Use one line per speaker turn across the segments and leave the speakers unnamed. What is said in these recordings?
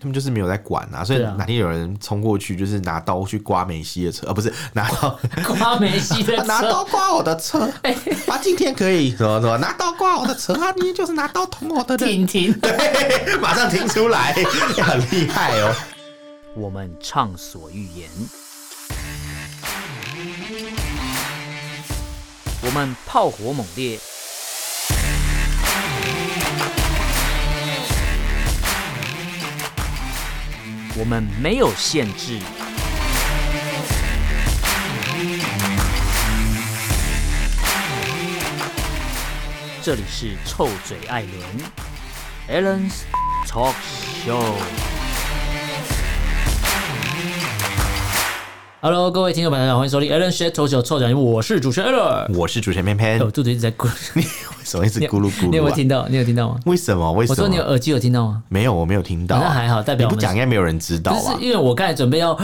他们就是没有在管啊，所以
对啊
哪天有人冲过去，就是拿刀去刮梅西的车，啊，不是拿 刀
刮梅西的
拿
车
刀刮我的车，
哎
啊，今天可以什么什么拿刀刮我的车啊，你就是拿刀捅我的人，
婷婷，
对， 马上听出 来，哎很厉害哦。
我们畅所欲言；我们炮火猛烈；我们没有限制。这里是臭嘴艾伦 a l l e n s Talk Show。Hello，各位听众朋友，欢迎收听 Alan s h a t 头球臭脚，我是主持人 Alan。
我是主持人偏偏
哎，我肚子一直在咕噜，
你为什么一直咕噜咕
你有没有
噜、啊？
听到？你有听到吗？
为什么？为啊什
我说你有
么？
耳机有听到吗？
没有，我没有听到啊、
哦那还好代表
你
我
不
们
讲，应该没有人知道啊
不
吧
是？因为我刚才准备要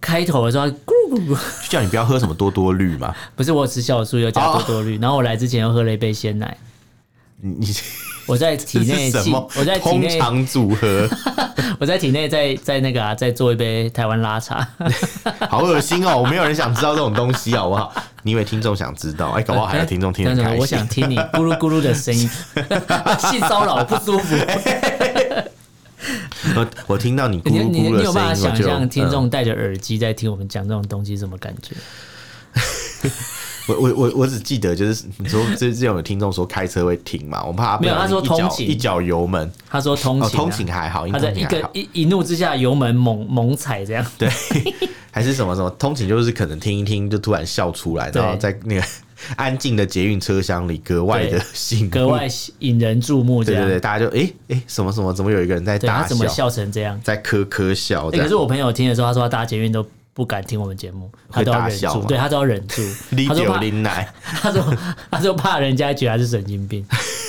开头的时候，咕噜咕噜，
就叫你不要喝什么多多绿嘛。
不是我有吃酵素有加多多
哦
绿， 然后我来之前又喝了一杯鲜奶，
你你
我在体
这
内
是什
进，
么？
我在体
通
内，
常组合，
我在体内在在那个啊，在做一杯台湾拉茶，
好恶心哦！我没有人想知道这种东西，好不好？你以为听众想知道？ 哎、搞不好还有听众听得
等
很开
等
心。
我想听你咕噜咕噜的 声音，性骚扰不舒服。
我我听到你咕
你
噜
你
咕噜
你
的
有办法
声音，我
想
就
象听
嗯
众戴着耳机在听我们讲这种东西是什么感觉？
我我我我只记得就是你说之前有听众说开车会停嘛，我怕他不
没有他说
小心一脚
通勤
一脚油门，
他说通
哦，
勤、啊
通勤还好，因
他
为
在
通
一
勤还
个
好，
一一怒之下油门猛猛踩这样，
对，还是什么什么通勤就是可能听一听就突然笑出来，
对
然后在那个 安静的捷运车厢里格外的
对
醒目，
格外引人注目这
对
样。
对对，大家就诶诶什么什么，怎么有一个人在
对他
大
怎么笑成这样？
在咳咳笑这
欸可
样
是，我朋友听的时候，他说他搭捷运都不敢听我们节目，他都要
大
忍
笑
住，
吗。
对他都要忍住
李
他说
九
怕，
林奶，
他说 他说怕人家觉得他是神经病，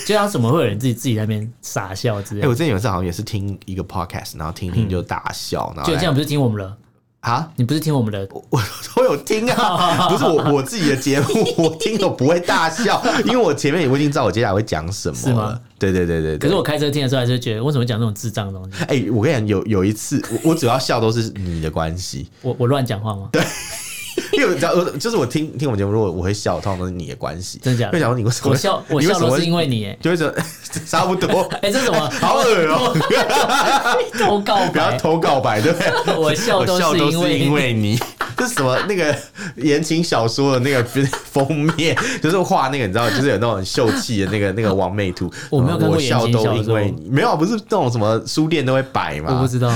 就他怎么会有人自己自己在那边傻笑之 类
哎、
的？
我之前有一次好像也是听一个 podcast，然后听听就大笑，然后
嗯就这
来
样不是听我们了？
啊，
你不是听我们的？
哎我都有听 啊，不是我我自己的节目，我听了不会大笑，因为我前面我已经知道我接下来会讲什么
是
了
吗。
对对对对对。
可是我开车听的时候，还是觉得为什么讲这种智障的东西？
哎、我跟你讲，有有一次，我我主要笑都是你的关系，
我我乱讲话吗？
因为我知道，我就是我听听我们节目，如果我会笑，通常都是你的关系。
真的假的
会想说你为什么
我
会？
笑我
你为
笑
什么
都
会
是因为你 哎。
就会说差不多，
哎、这怎么
好恶 哦、
偷告
不要
白？
偷告白，对不对？
我笑
我
都
笑
是
都
因
是
为
因
你
为你， 这是什么那个言情小说的那个封面， 就是画那个你知道，就是有那种很秀气的那个那个完美图。呃
我没有看过
我笑
言情
都
小
因
说
为你，没有，不是那种什么书店都会摆
我不
嘛？
知道。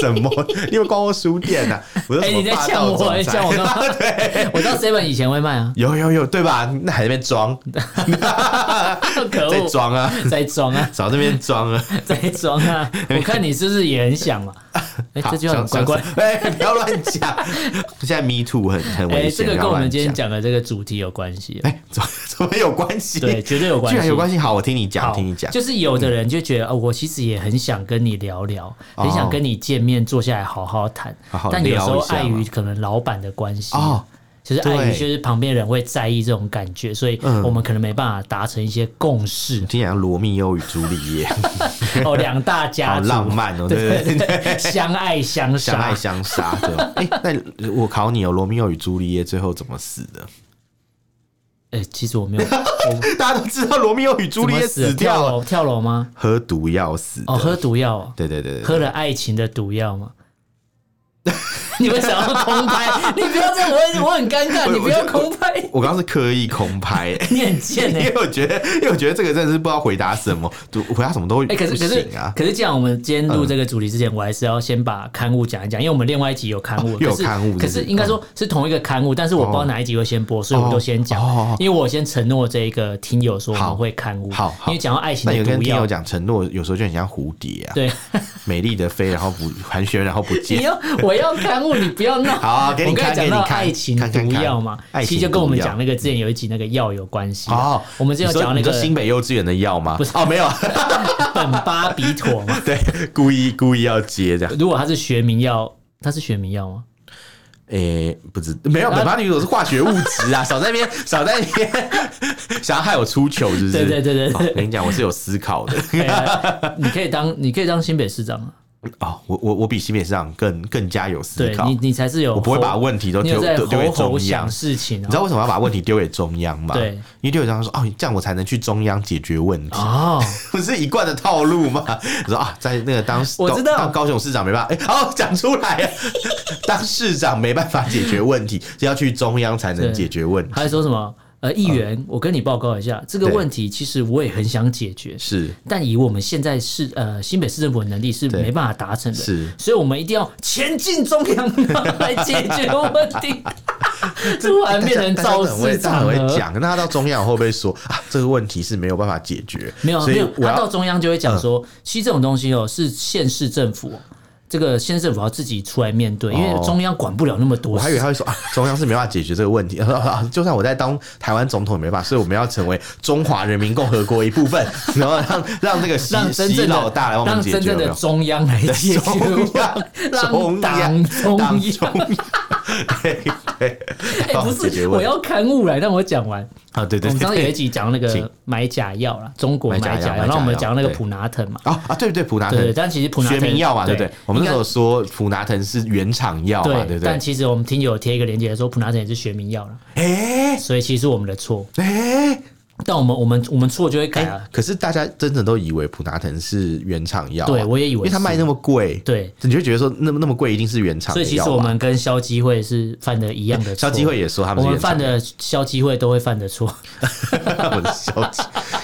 什么？ 你有逛过书店呐？我说
哎、
什
你
么
在
霸
呛
道
我，
总
你呛我
裁？
干嘛？我知道 seven 以前会卖啊，
有有有，对吧？那还在那边装，
哦可
在
恶，
装啊，
在装啊，
找那边装啊。
在装 啊！我看你是不是也很想嘛？哎、
好
这句话很
想
乖乖。
想哎，不要乱讲。 现在 Me Too 很很危
哎、这
险，
个
不
跟
要
我
乱
们今天
讲。
讲的这个主题有关系。啊
哎，怎么 怎么有关系？
对，绝对有关系，
居然有关系。好，我听你讲，
好，
我听你讲。嗯
就是有的人就觉得，哦，我其实也很想跟你聊聊，很想跟你见面，坐下来好好谈
哦好好，
但有时
聊
候
一下嘛
碍于可能老板的关系
哦。
就是碍于
对
就是旁边人会在意这种感觉，所以
嗯
我们可能没办法达成一些共识
你。听起来像罗密欧与朱丽 叶，
哦，两大家
好
族
浪，漫哦，对
对
不
对
对？
对，相爱相杀，
相爱相杀，对 吧？哎，那我考你哦，罗密欧与朱丽叶最后怎么死 的？
哎、其实我没有， 我
大家都知道罗密欧与朱
怎
丽
么
叶
死的
死
跳
掉了，
楼跳楼吗？
喝毒药死
哦，喝
的。
毒药、哦，
对对对对对，
喝了爱情的毒药吗？ 你们想要空拍？ 你不要这样，我我很尴尬。
我
你不要空拍，
我刚刚是刻意空拍，哎
你很贱
因
哎、欸
为。我觉得，因为我觉得这个真的是不知道回答什么，就回答什么都
哎、
不
可是可是
行啊。嗯
可是这样，我们今天录这个主题之前，我还是要先把刊物讲一讲，因为我们另外一集有刊物，
哦又有
可是
刊物
可
是
是
不是
应该说是同一个刊物，但是我不知道哪一集会先播，所以我们都先讲，
哦哦哦
因为我先承诺这一个听友说我
好
们会刊物，
好好
因为讲到爱情
那有
的
跟
毒
听
药
友，讲承诺，有时候就很像蝴蝶啊，
对，
美丽的飞，然后不寒暄，然后不
你
见。
要我要刊物，你不要闹。
好啊给你
我刚才
看
讲到
给你看
爱情
看看
毒
看
药嘛，
爱情
其实就跟我们
毒药嗯
讲那个之前有一集那个药有关系啊。
哦，
我们之前有
你说
讲到那
你说
个
新北幼稚园的药吗？
不是
哦，没 有，
苯巴比妥嘛。
对，故意故意要接这样。
如果它是学名药，它是学名药吗？
诶、不知没有，美发女友是化学物质啊，少在那边，少在那边，想要害我出糗是不是？
对对对对对
哦我跟你讲，我是有思考的。
哎呀你可以当你可以当新北市长啊，
哦，我我我比西面上更更加有思
对
考
你，，你才是有
我不会
吼
把问题都
你
丢
有在
丢丢给
吼吼
中央
想。事情，啊
你知道为什么要把问题丢给中央吗？
对
因为丢给中央说哦，这样我才能去中央解决问题，
哦，
不是一贯的套路吗？你说啊，在那个当
我知道
当高雄市长没办法，哎、好讲出来了， 当市长没办法解决问题，是要去中央才能
对
解决问题，
还说什么？
嗯
呃，议员，我跟你报告一下，这个
对
问题其实我也很想解决，
是
但以我们现在市呃新北市政府的能力是
对
没办法达成的，
是
所以我们一定要前进中央来解决问题。突然变成造
市
市场
会
了，
讲，那他到中央会不会说啊，这个问题是没有办法解决？
没有
所
没
以
有，
我
他到
要嗯
中央就会讲说，其实这种东西哦是县市政府。这个县市政府要自己出来面对，因为
哦
中央管不了那么多
我
事。
还以为他会说啊，中央是没办法解决这个问题， 啊就算我在当台湾总统也没办法，所以我们要成为中华人民共和国一部分， 然后让让这个习
让真
习
正的
老大来帮我
让
们解
真
决。
正
有没
的
有
中央来解决
中央，
让
中
党
央
中
当
央。
央，对对，
哎，
帮
不
我解决
是，我
问题
要刊物来让我讲完。
啊，对
我
对
们上次有一
对。
集讲那个
请
买假药啦，中国
买假
买
药
假
买假
药，然后我们
药
讲那个
对
普拿疼嘛，
啊啊，对对，普拿
对，
疼，
但其实普拿
学
疼
名药嘛，对不
对
啊对？我们那时
应
候说普拿疼是原厂药嘛，对不
但
对？
其实我们听友贴一个链接说普拿疼也是学名药了，
哎
所以其实是我们的错，
哎，
但我们我们我们错就会改啊，
可是大家真的都以为普拿疼是原厂药啊、
对我也以
因
为
为它
是
卖那么贵，
对，
你就觉得说那么那么贵一定是原厂
所
的
以其
药
实我
吧？
们跟消基会是犯的一样的错，
消基会也说他们
我
是
们
原
犯
厂
的消基会都会犯的错，
药， 我的消基，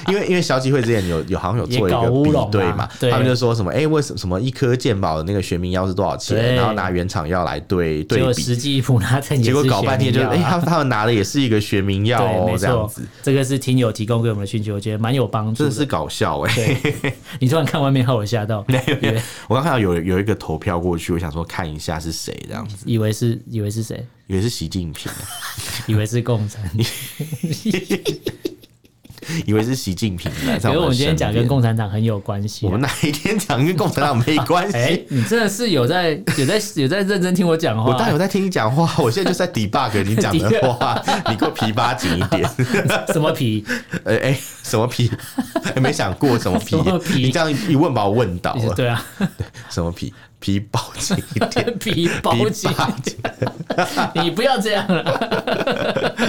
因为因为消基会之前有有好像有做一
也搞
个
乌
比
龙
对
嘛
嘛，
对
他们就说什么哎、为什么什么一颗健保的那个学名药是多少
对
钱，然后拿原厂药来对
结
对
果
比。
实际普拿疼也
结
是
果搞半天就
学
哎、
名药啊
他们他们拿的也是一个学名药
对，
哦
没，
这样
错
子，
这个是听友提供给我们的讯息，我觉得蛮有帮助
真
的
的。是搞笑哎、
对，你突然看外面，害我吓 到，以为
我刚看到有有一个投票过去，我想说看一下是谁这样子，
以为是以为是谁，
以为是习近平啊，
以为是共产。
以为是习近平来上
所以
的身边。
我们今天讲跟共产党很有关系啊
我。们哪一天讲跟共产党没关系？
哎、你真的是有在有在有在认真听我讲
我
话啊
当然，有在听你讲话，我现在就是在 debug 你讲的 话，你给我皮扒紧一点。
什么皮？
哎哎，什么皮？哎没想过什么皮？
什么皮
你这样一问 把我问倒
你是
了。
对啊，
什么皮？皮包紧一点，
皮 包
皮，
紧
扒紧。
你不要这样啊了，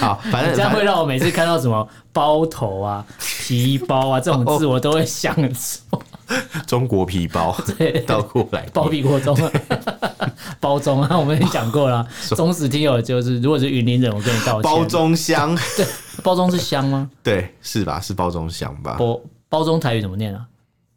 好，反
这
正
样会
反
让我每次看到什么包头 啊、皮包啊这种字，我都会想说
正中国皮包
对
倒过来，
包庇过中啊， 包中啊，我们也讲过了。忠实听友就是，如果是云林人，我跟你道歉。
包中香，
对，包中是香吗？
对，是吧？是包中香吧？
包包中台语怎么念啊？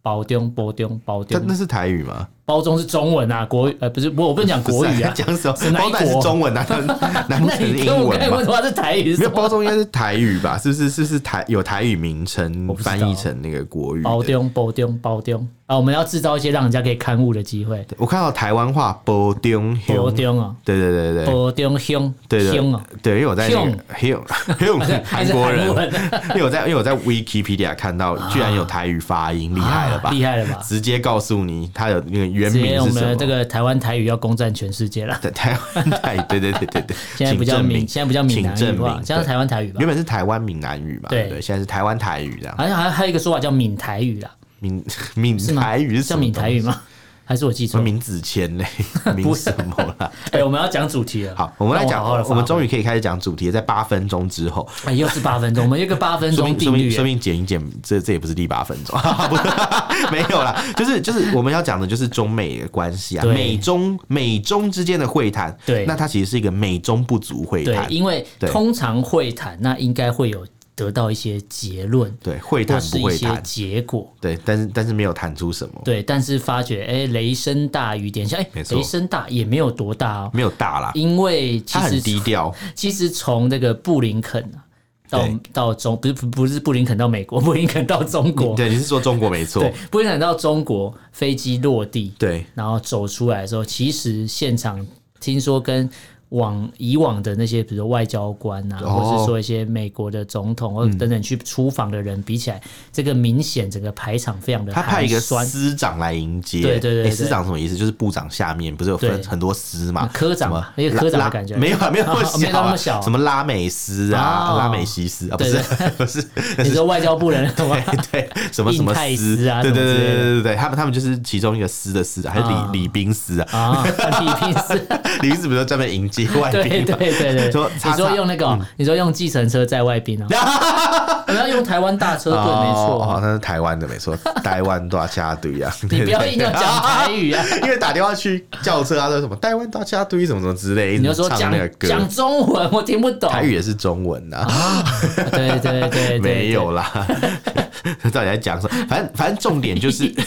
包中包中包
但那
中，
是台语吗？
包中是中文啊，国语呃不是，我我不能讲国语啊
不，是讲什
是
么？
哪一
包蛋是
国
中文，啊难 道难不
那
成是
你
英
跟我
文
刚
吗
问？的话是台语
没
是什
有
么
包中应该是台语吧？是不是？是不是台有台语名称
不知道
翻译成那个国语的？
包中包中包中啊，我们要制造一些让人家可以刊物的机会。
我看到台湾话包中
包
兄，对
中啊，
对对对对
包中凶
对对
凶啊，
对，因为我在那个 Hill Hill
还
韩
是
国人
韩国人，
因为我在因为我在 Wikipedia 看到居然有台语发音， 厉害了吧？
啊厉害了吧？
直接告诉你它有那个原
直接
名
我
是
们
什么
的？这个台湾台语要攻占全世界了。
台台湾 台语，对对对对对，
现在不叫
请证
闽，
明
现在不叫闽南
请证
语吧
明？
现在是
对
台湾台语吧
原？本是台湾闽南语嘛，
对
对不对？现在是台湾台语这样，
好像还还有一个说法叫闽台语啦，
闽闽
是吗
台语是什
叫
么
闽台语
东西
吗？还是我记
什
错
么
了？
名字签 嘞？名什么啦？
哎，我们要讲主题了。
好，我们来
让
讲，
好好地发
我们
挥
终于可以开始讲主题，在八分钟之后，
哎，又是八分钟，我们有一个八分
说
钟
明说
定
明
律
说
耶。
明剪一剪，这这也不是第八分钟， 不是没有啦，就是就是我们要讲的就是中美的关系啊，
对
美中美中之间的会谈，
对
那它其实是一个美中不足会
对，
谈，
因为
对
通常会谈，那应该会有得到一些结论，
对，会
或
谈
是
不
一
会
些
谈，
结果。
对，但是但是没有谈出什么，
对，但是发觉哎，雷声大雨点小，哎，
没错
雷声大也没有多大哦，
没有大啦，
因为其
它很低
实
调，
其实从那个布林肯啊。到
对
到中不是不不是布林肯到美国， 布林肯到中 国，
对，你是说中国没错
对，，布林肯到中国飞机落地，
对
然后走出来的时候，其实现场听说跟往以往的那些，比如说外交官啊，
哦嗯
或是说一些美国的总统或等等去出访的人比起来，这个明显整个排场非常的
他派一个
寒酸
司长来迎接，
对对
诶
对对
司长什么意思？就是部长下面不是有分
对
很多司嘛
啊？科
什
长
么
啊那个科长的
拉
感觉哦
没 有啊没有那么
没
小
有那
啊，
么小
什么拉美斯啊、
哦
拉美西斯啊，不是 不 是，
你说外交 部的人吗？
对什么什么
印太
司
司啊
对对
什
对
么之类
对
的
对对对，他们他们就是其中一个司的司长，还是
啊
李李斌司啊，
啊，你平时
李斌司不是专门迎接外
对
宾
对
嘛？
对对，
说嗯
你
叉
说
叉
用那个哦，你说用计程车载外 宾啊，我们要用台湾大车队，没
哦
错，，
那是台湾的没错，台湾大家队啊，
你不要硬要讲台语 啊。
因为打电话去叫车啊，说什么台湾大家堆什么什么之类，
你就说
一直唱
讲
那个歌，
讲中文，我听不懂。
台语也是中文呐、 啊，
对对对对，
没有啦， 到底在讲什么？反正反正重点就是。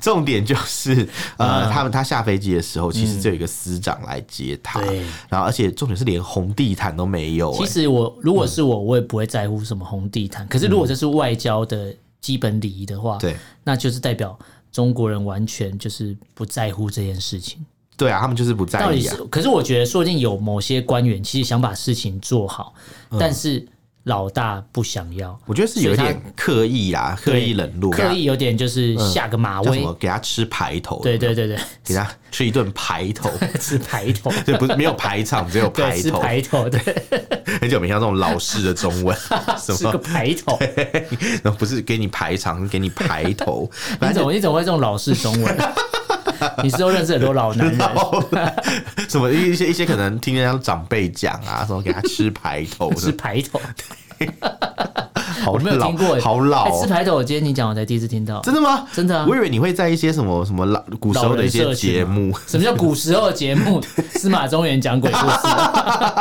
重点就是，呃，
嗯
他们他下飞机的时候，其实只有一个司长来接他，
嗯对
然后而且重点是连红地毯都没有、
其
欸，
实我如果是我，我也不会在乎什么红地毯。可是如果这是外交的基本礼仪的
嗯
话，
哎对，
那就是代表中国人完全就是不在乎这件事情。
对啊，他们就是不在
到底
意
是
啊，？
可是我觉得，说不定有某些官员其实想把事情做好，
嗯
但是老大不想要，
我觉得是有一
所以
点刻意啦，刻意冷落，
刻意有点就是下个马
给嗯他叫什
威
么。给他吃排头，
对对对对，
给他吃一顿排头，
吃排头，
对，不是没有排场，只有
对，
排
吃
头，
排头，对，
很久没听到这种老式的中文， 什
吃个
么？
排头。
然后不是给你排场，是给你排头，
你
反
怎
正
么你怎么会这种老式中文？ 你是都认识很多老男人？
老了什么一些一些可能听人家长辈讲啊，什么给他吃排头，
吃排头，
好
我没有
老
听过，
好老
哎吃
哦。
排头，我今天你讲我才第一次听到。
真的吗？
真的啊
我以为你会在一些什么什么老古时候的一些节目。
什么叫古时候的节 目？司马中原讲鬼故事。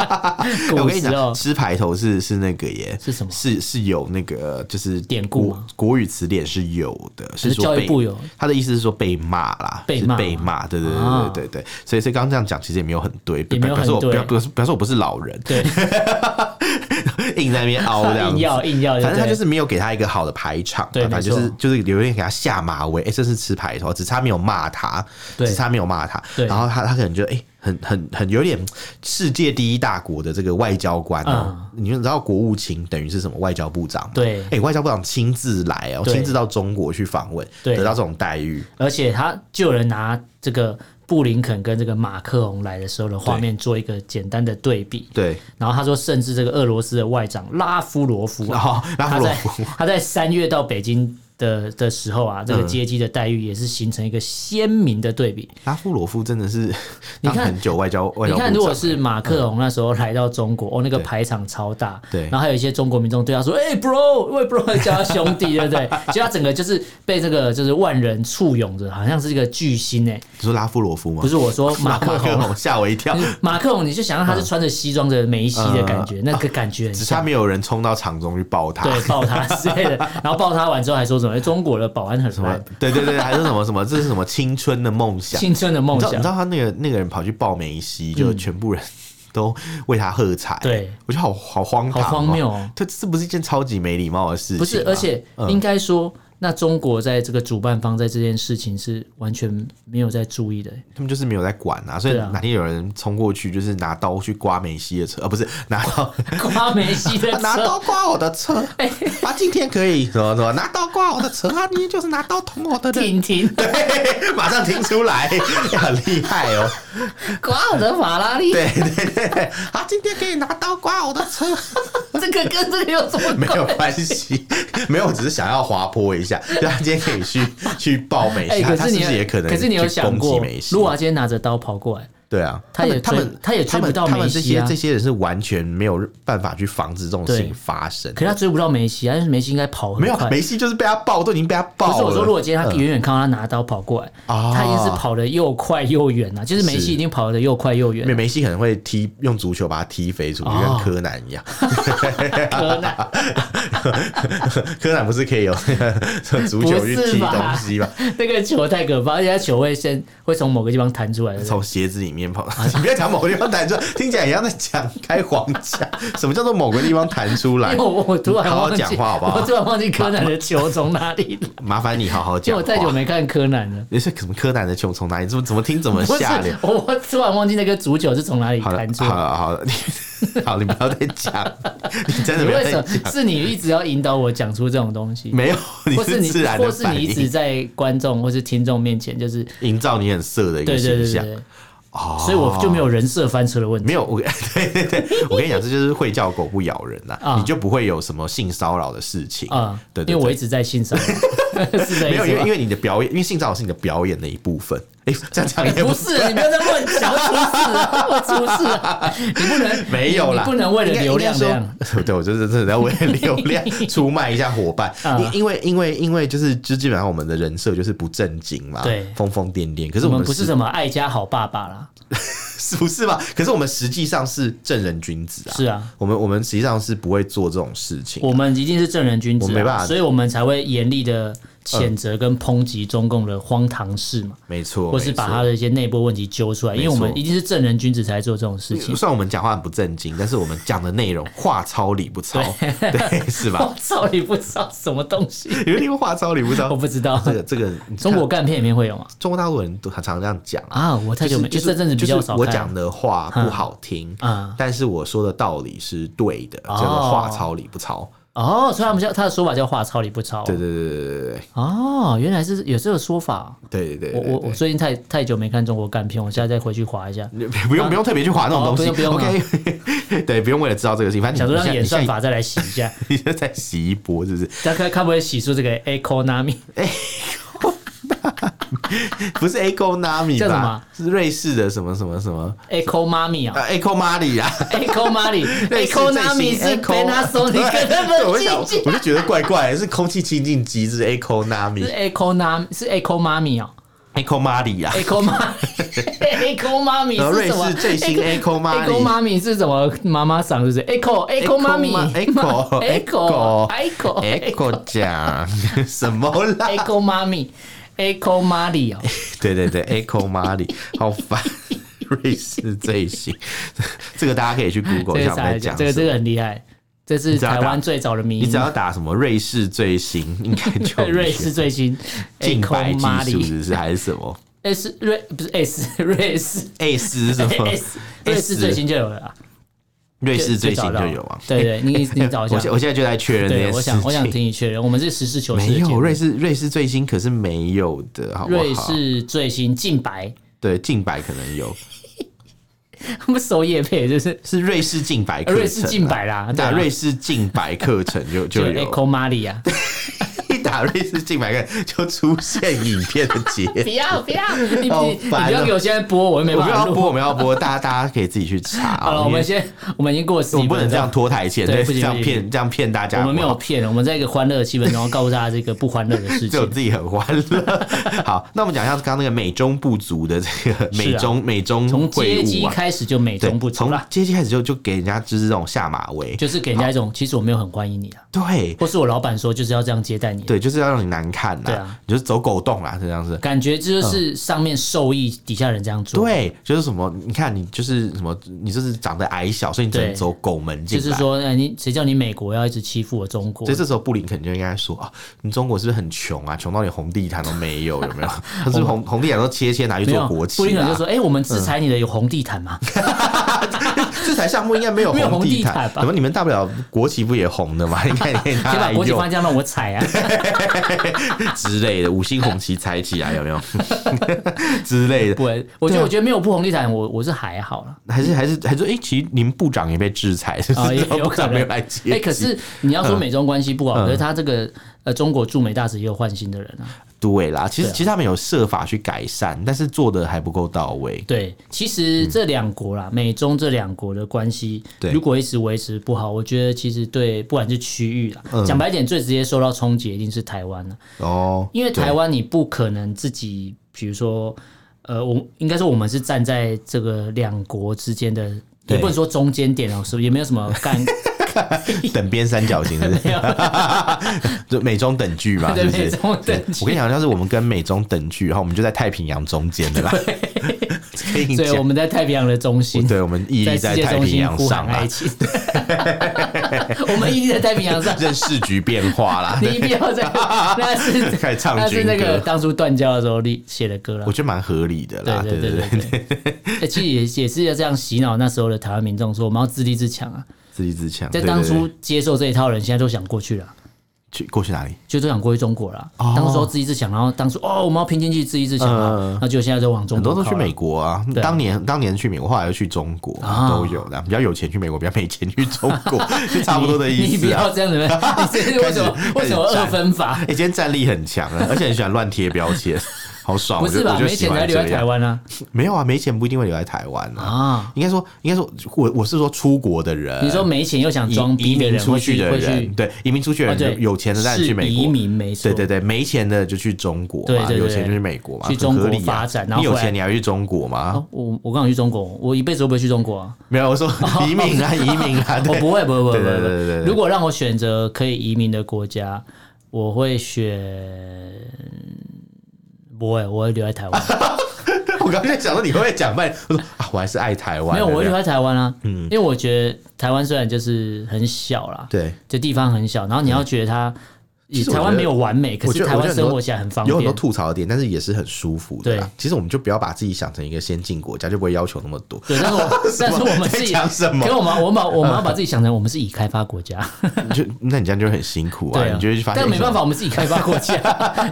哎 我
古
跟你
时候
讲，吃排头是是那个耶，
是什么
是是有那个就是
典故
国
吗
国语词典是有的，是说
教育
被
部有
他的意思是说被骂啦，
被
是
骂
被骂，对对
啊
对对对对，所以所以刚刚这样讲其实也没有很对，
也没
表
有
表示
很
我
对
表表示表示我不是老人，
对，
硬在那边凹这样
硬
子。
要硬要，
反正他
哦对
就是没有给他一个好的排场，
对
反正就
没
是
错
就是有点给他下马威，哎、这是吃排头，只差没有骂他，
对
只差没有骂他，
对
然后他他可能觉得哎、很很很有点世界第一大国的这个外交官哦、你们知道国务卿等于是什么外交部长吗？
嗯对
哎、外交部长亲自来哦、
对
亲自到中国去访问，
对
得到这种待遇，
而且他就有人拿这个布林肯跟这个马克龙来的时候的画面做一个简单的对比。
对，
然后他说，甚至这个俄罗斯的外长拉夫罗夫
然
啊，
后哦拉
他
夫罗
在
夫嗯
他在三月到北京的的时候啊，这个阶级的待遇也是形成一个鲜明的对比。
拉夫罗夫真的是
你
当
看
很久外交外
你
交部
看，
长，
如果是马克龙那时候来到中国，哦，那个
对
排场超大，
对
然后还有一些中国民众对他说：“哎、b r o 喂 bro，叫他兄弟，对不对？”就他整个就是被这个就是万人簇拥着，好像是一个巨星哎、
你说拉夫罗夫吗？
不是我说马克
马克
龙，
龙嗯吓我一跳，
马克龙，你就想象他是穿着西装的梅西的感
嗯
觉，那个感觉很
只差
像。
没有人冲到场中去抱他。
对，抱他之类的，然后抱他完之后还说什么？哎中国的保安很
什么
烂，？
对对对，还是什么什 么？这是什么青春的梦想？
青春的
你
梦
知道你
想嗯
知。道他那个那个人跑去抱梅西，就全部人都为他喝彩。
对，
我觉得好好荒唐、
好荒谬哦！
这这不是一件超级没礼貌的事情吗？啊嗯
不是，而且应该说，那中国在这个主办方在这件事情是完全没有在注意的、
他们就是没有在管啊，所以
对啊
哪天有人冲过去，就是拿刀去刮梅西的车，啊，不是拿 刀
刮梅西的
拿
车，哎
刀刮我的车啊，今天可以什么什么拿刀刮我的车啊，你就是拿刀捅我的人，
婷婷
对，马上听出来，很厉害哦。
刮我的法拉 利，
对对对对，啊，今天可以拿刀刮我的车，
这个跟这个有什么
没有
关系？
关系， 没有，我只是想要滑坡一 下，就他今天可以去去抱美
哎、
西，他
可
啊他
是
是
你
不是也可能？
可是你有想过，如果他今天拿着刀跑过来，
对啊，
他也
他
追
们
他也追
他
不
们
到
他们
梅
这
西
些
啊
这些人是完全没有办法去防止这种事
对
情发生。
可是他追不到梅西啊，但是梅西应该跑很
没有
快。
梅西就是被他抱，都已经被他抱了。
不
嗯
是我说，如果今天他远远看到他拿刀跑过来，
啊
他一定是跑得又快又远啊！就是梅西
是
一定跑得又快又远
梅，梅西可能会踢用足球把他踢飞出去，
哦
跟柯南一样。
柯南
柯南不是可以有 足球去
不是
踢
吧
东西吗？
那个球太可怕，而且他球会先会从某个地方弹出来的，
从鞋子里面跑，
啊
你不要讲某个地方弹出来，听起来也像在讲开黄腔。什么叫做某个地方弹出来
因为？我我突然
好好
忘记
讲话好不好
我突然忘记柯南的球从哪里 来，
麻烦你好好
因为
讲
我
话。
太久没看柯南了。
你是什么柯南的球从哪里？怎么怎么听怎么
不是
下流？，
我我突然忘记那个主角是从哪里
好了
弹，出
好
来。
了，好了， 你好，你不要再 讲，你真的
你
不要
为
再
什
讲，
么是你一直要引导我讲出这种东西？
没有，你
或是你
自然，的
或是
反
你一直
应，
在观众或是听众面前，就是
营造你很色的一个
对对
形
对对
象。
对，
哦，
所以我就没有人设翻车的问题。
没有，我 对对对，我跟你讲，这就是会叫狗不咬人啦，
啊
你就不会有什么性骚扰的事情
啊，
对
因
对
为我一
对。
直在欣赏，
没有，因为
是这意思
因
吗？
为你的表演，因为性骚扰是你的表演的一部分。哎，这样讲也
不 是，你不要再乱讲，会出事啊，会出事啊！你不能
没有啦，
你你不能为了流量这样。
应该。应该说 对，我就是真的要为了流量出卖一下伙 伴
啊，
因因为因为因为就是就基本上我们的人设就是不正经嘛，
对
疯疯癫癫。可是
我
我
们
们
不是
实
什么爱家好爸爸啦，
是 不是嘛？可是我们实际上是正人君子啊，
是啊，
我们我们实际上是不会做这种事情。啊
我们一定是正人君
我
子
没办
啊，
法
所以我们才会严厉的谴责跟抨击中共的荒唐事嘛，
没错，
或是把他的一些内部问题揪出来，因为我
没
们
错
一定是正人君子才做这种事
没错。
情。
虽然我们讲话很不正经，但是我们讲的内容话糙理不 糙，对，是吧
我？操，你不知道什么东西？
有一点话糙理不
我
糙，
不 知道
这，个这个，你看
中国干片里面会有吗？
中国大陆人都很常这样讲啊
啊，我太久没，
就
就是这阵子比较
就是
少
我
看
讲的话不好听
嗯
但是我说的道理是对的，叫
哦
做话糙理不糙。
哦，所以他们叫他的说法叫话糙理不糙。啊
对对对
哦，原来是有这个说法。
对对对对对
我
对嗯
我我最近太太久没看中国干片，我现在再回去划一下，
对，不用不用特别去划那种
哦
东西，
不用不用
OK，对， 不用为了知道这个事情，反正
想
你
说让
现在
演算
你现在
法再来洗 一下，
你现在在洗一波，是不 是？
大家看不会洗出这个 echo nami
不是 Eco Nami
叫什
吧
么？
是瑞士的什么什么什么
echo mami 啊
啊？Eco Mali 啊
，echo mami
瑞士
echo
最新
nami 是
Eco- 对
Panasonic
对我
的
就想
冷气
我就觉得怪怪，的，是空气清净机是 Eco
是
Nami
echo nami 是 echo mami 哦
Eco Mali 啊。
，echo mami，echo mami
然后瑞
是什么
士？最新 Eco Mali
Echo 妈咪是什么妈妈嗓？是不是？Echo Echo 妈咪
Echo-
Echo Echo
Echo 奖 什么啦？
Echo 妈咪 Echo 妈咪哦，
对对对，Echo Mali，好烦。 瑞士最新，这个大家可以去 Google 一
这
下
个
我们在
才
讲
这个
什
这
么。
个很厉害，这是
只要打
台湾最早的迷
你
音
只。要打什么瑞士最新，应该就
对 瑞士最新
近百
Echo 妈
技术
咪
是不是还是什 么
S 瑞不是 S 瑞士
S 是什么
S 瑞士最新就有了啊，
瑞士最
早
新
到
就
了
有啊。
对对，你你找一
我现
下。
我现在就在确认这
对，
件
我
事
想
情。
我想听你确认，我们是实事求是的
没
节目。
有瑞士瑞士最新可是没有的，好不好？
瑞士最新近白，
对近百可能有，
他们首页配就是
是瑞士近百课程啊、
瑞士近百啦，
打
啊
瑞士近百课程 就
就啊
就有，
Echo Maria，
一打瑞士近百课就出现影片的结。
不要不要，你你
好
你
烦
不
哦
要给我现在播，我又没
我
办
们要
法
播，
录。
我们要播，大家大家可以自己去查。啊
好了，我
因为
们先，我们已经过了十
我们
几
不能
分
这
钟
样
了，
拖台前，
对
对，
不
这
行
样
不行
骗这样骗大家。
我们没有
好不好
骗人，我们在一个欢乐的气氛中告诉大家这个不欢乐的事
只有
情。
自己很欢 乐。好，那我们讲一下刚刚那个美中不足的这个美中美中
啊从
会
街机
晤啊，
开始就美
对
中不足
从
啦，
阶级开始就就给人家就是这种下马威，
就是给人家一种其实我没有很欢迎你啊，
对
或是我老板说就是要这样接待你，
对，就是要让你难看
对
啦
啊，
你就是走狗洞啦，这样子。
感觉这就是上面受益底下人这样做，，
对，就是什么，你看你就是什么，你就是长得矮小，所以你只能
对
走狗门进
就
来。
是说，哎，你谁叫你美国要一直欺负我中国
所以？这时候布林肯就应该说啊，你中国是不是很穷啊？穷到连红地毯都没有，有没 有？他是不是红红地毯都切切拿去
没
做
有，
国
布林
旗
肯就
啊？嗯
说，哎，我们制裁你的有红地毯 吗？
这台项目应该没有
没有
红
红
地
地
毯
毯，吧
怎么你们大不了国旗不也红的嘛？你看你可以拿
先把
来
国际
用
方向哎让我踩啊！
哎之类的，五星红旗踩起来有没有？ 之类的，
不，我觉
对啊
得我觉得没有不红地毯，我我是还好啦。
还是还是还是说，哎，其实你们部长也被制裁，是不
啊，
是
也有
部
可
长没有
能。
来接
哎、可
机
是你要
嗯
说美中关系不好，可是他这个呃，中国驻美大使也有换新的人啊。
对啦，其实、
对啊
其实他们有设法去改善，但是做的还不够到位。
对，其实这两国啦，美中这两国的关系
嗯对，
如果一直维持不好，我觉得其实对不管是区域啦，
嗯
讲白一点，最直接受到冲击一定是台湾了，
哦，
因为台湾你不可能自己，比如说。呃，我应该说我们是站在这个两国之间的，
对
也不能说中间点哦，是不是也没有什么干
等边三角形是不是
没有，
就美中等距嘛，
对
是不是？
美中等距
对我跟你讲，要是我们跟美中等距，然后我们就在太平洋中间， 对吧？可以
所以我
讲，
们在太平洋的中心，
对，我们屹立
世
在
界
太
中
平
心
洋
呼喊
上啊
爱，情， 我们屹立在太平 洋上。
任世局变化啦。
哎 你
对，
不 要再，那是
开始唱
那是
军
那个
歌
当初断交的时候立写的歌了
我。觉得蛮合理的啦。
对
啊对
对
对，
对对，欸其实也也是要这样洗脑那时候的台湾民众，说我们要自立自强啊。
自立自强。对
在
对
当初
对
接受这一套人，现在都想过去了，
去过去哪里？
就都想过去中国了。
哦
当时候自立自强，然后当初哦我们要拼经济自立自强
嗯
啊，那就现在都往中
很
国
多
靠
都
了。
去美国啊，
对啊
当年当年去美国，后来又去中国，
啊
都有的。比较有钱去美国，比较没钱去中 国，就差不多的
你
意
你不
思啊。
要这样子，你这是为 什么
开始
为什么
开始
二
站
分法？
哎，今天战力很强啊，而且很喜欢乱贴标 签，好爽！
不
我
是
就
吧？
我就
没
喜
钱才
欢
留在
这
台
样。
湾啊！
没有啊，没钱不一定会留在台湾啊。
啊，
应该说，应该说，我我是说出国的人，
你说没钱又想
移
装逼
移
的
民
人
出
会
去
去
的
会
人，
去，
对，移民出去的
啊
人，
对，
有钱的当然去美
是
国
移。民没错，
对对对，没钱的就去中国
对
嘛，
对对
有钱就去美国嘛，
去
很
中国
合理啊
发展然后
你有
回来
钱你还要去中国吗？
哦。我我刚好去中国，我一辈子都不会去中国啊！
没有，我说移民啊，移民 啊，
我
对，
不会，不会，不会，
对
不
对对
会。
对对对
如果让我选择可以移民的国家，我会选。不会，我会留在台 湾。
我刚才想说你会不会讲半，我说啊，我还是爱台湾
没
的。
有，我会留
这样
在台湾啊。嗯，因为我觉得台湾虽然就是很小啦，
对，
这地方很小，然后你要觉得它，
其实我
台
觉
湾
得
没有完美，可
我觉
是
得
台
我觉得
湾
很多
生活起来很方
有很多
便。
吐槽的点，但是也是很舒服的啦
对。
其实我们就不要把自己想成一个先进国家，就不会要求那么 多。
对，但 是我但是我们自
在
己，
讲什么
可是我们我们把我 们要把自己想成我们是已开发国家，
你就那你这样就很辛苦啊，
对啊
你就会，发现
但没办
说。
法，我们是已开发国 家，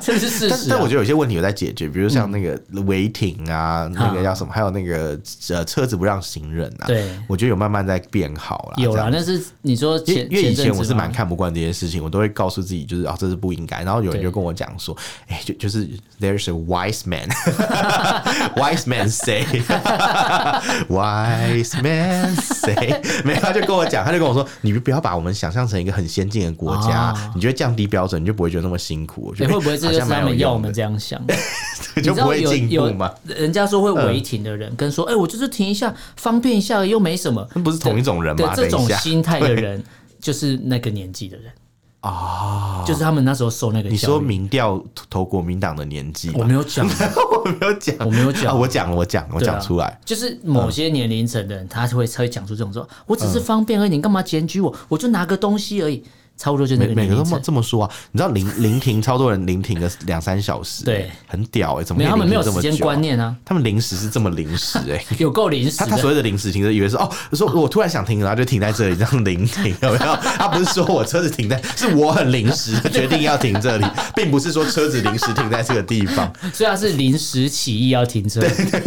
这是事
但
实啊。嗯
但我觉得有些问题有在解决，比如像那个违停啊，那个
啊
叫什么，还有那个呃车子不让行人啊，
对
我觉得有慢慢在变好啦。
有
啊这样
啦，那是你说
因
前
为因为以前我是蛮
前阵子吗
看不惯这些事情，我都会告诉自己，就是啊、这是不应该。然后有人就跟我讲说，哎、就就是 there's a wise man，wise man say，wise man say，没 有，他就跟我讲，他就跟我说，你不要把我们想象成一个很先进的国家，
哦
你就会降低标准，你就不会觉得那么辛苦。我觉
欸
得、
会不会这就是
好像蛮
他
有
们要我
用
们
的，
这 样想？
你就
你知
不
道
会
有
进步
有
吗？
人家说会违停的人，跟说哎、我就是停一下，方便一下又没什么，
那不是同一种人
对
吗？
这
等
种
一下
心态 的人，就是那个年纪的人，
啊、
就是他们那时候受那个
你
教
说
育。
民调投国民党的年纪
我
吗？
没 有讲，
我没有讲，
我没有讲
啊我讲了，我讲了，我
对啊
讲出来。嗯
就是某些年龄层的人，他会才会讲出这种说，我只是方便而已，你干嘛检举我？我就拿个东西而已，差不多就那
每
个
每
年
个
龄
都这么
层。
这么说啊，你知道临临停超多人临停个两三小时，
对，
很屌哎、怎么
没
可以
有，他们没有
临停这么
时间
久啊
观，念啊，
他们临时是这么临时哎、
有够临时
他他
的。
所谓的临时停车，以为是哦，说我突然想停，然后就停在这里，这样临停有没有？ 他不是说我车子停在，是我很临时地决定要停这里，并不是说车子临时停在这个地方。
虽然是临时起意要停车，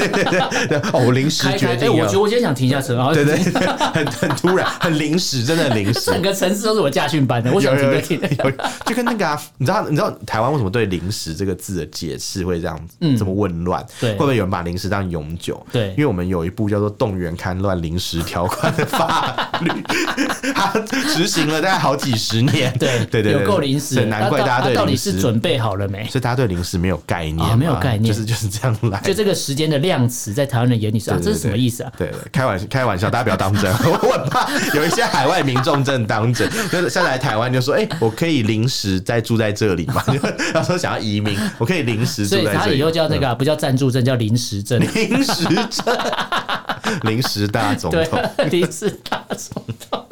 对哦，我临时
开开，
决
哎、
定
我
要，
觉得我今天想停一下车，然后
对对对，很很突然，很临时，真的很临时
整。个城市都是我驾训班 的，我想停就停。
有，就跟那个啊， 你知道你知道台湾为什么对“零食”这个字的解释会这样子、这么混乱？
嗯对
会不会有人把零食当永久？
对
因为我们有一部叫做《动员戡乱零食条款》的法 律，它执行了大概好几十年。
对
对对，
有够临时
对
的。
难怪大家
那到
对
底
零
是
食，
准备好了没？
所以大家对零食没有概念嘛，
啊没有概念
就是 就是这样来。
就这个时间的量词，在台湾人眼里是啊，
对
这是什么意思啊？
对对，开玩开玩笑，大家不要当真。 我很怕有一些海外民众真的当真，就是下来台湾就说：“哎、我可以临时再住在这里嘛？”就 他说想要移民，我可以临时
所
住
以
在
他
这
以
里
后。叫那个
嗯
啊、不叫暂住证，叫临时 证。
临时证，临时大总
对
统，，
临时大总统，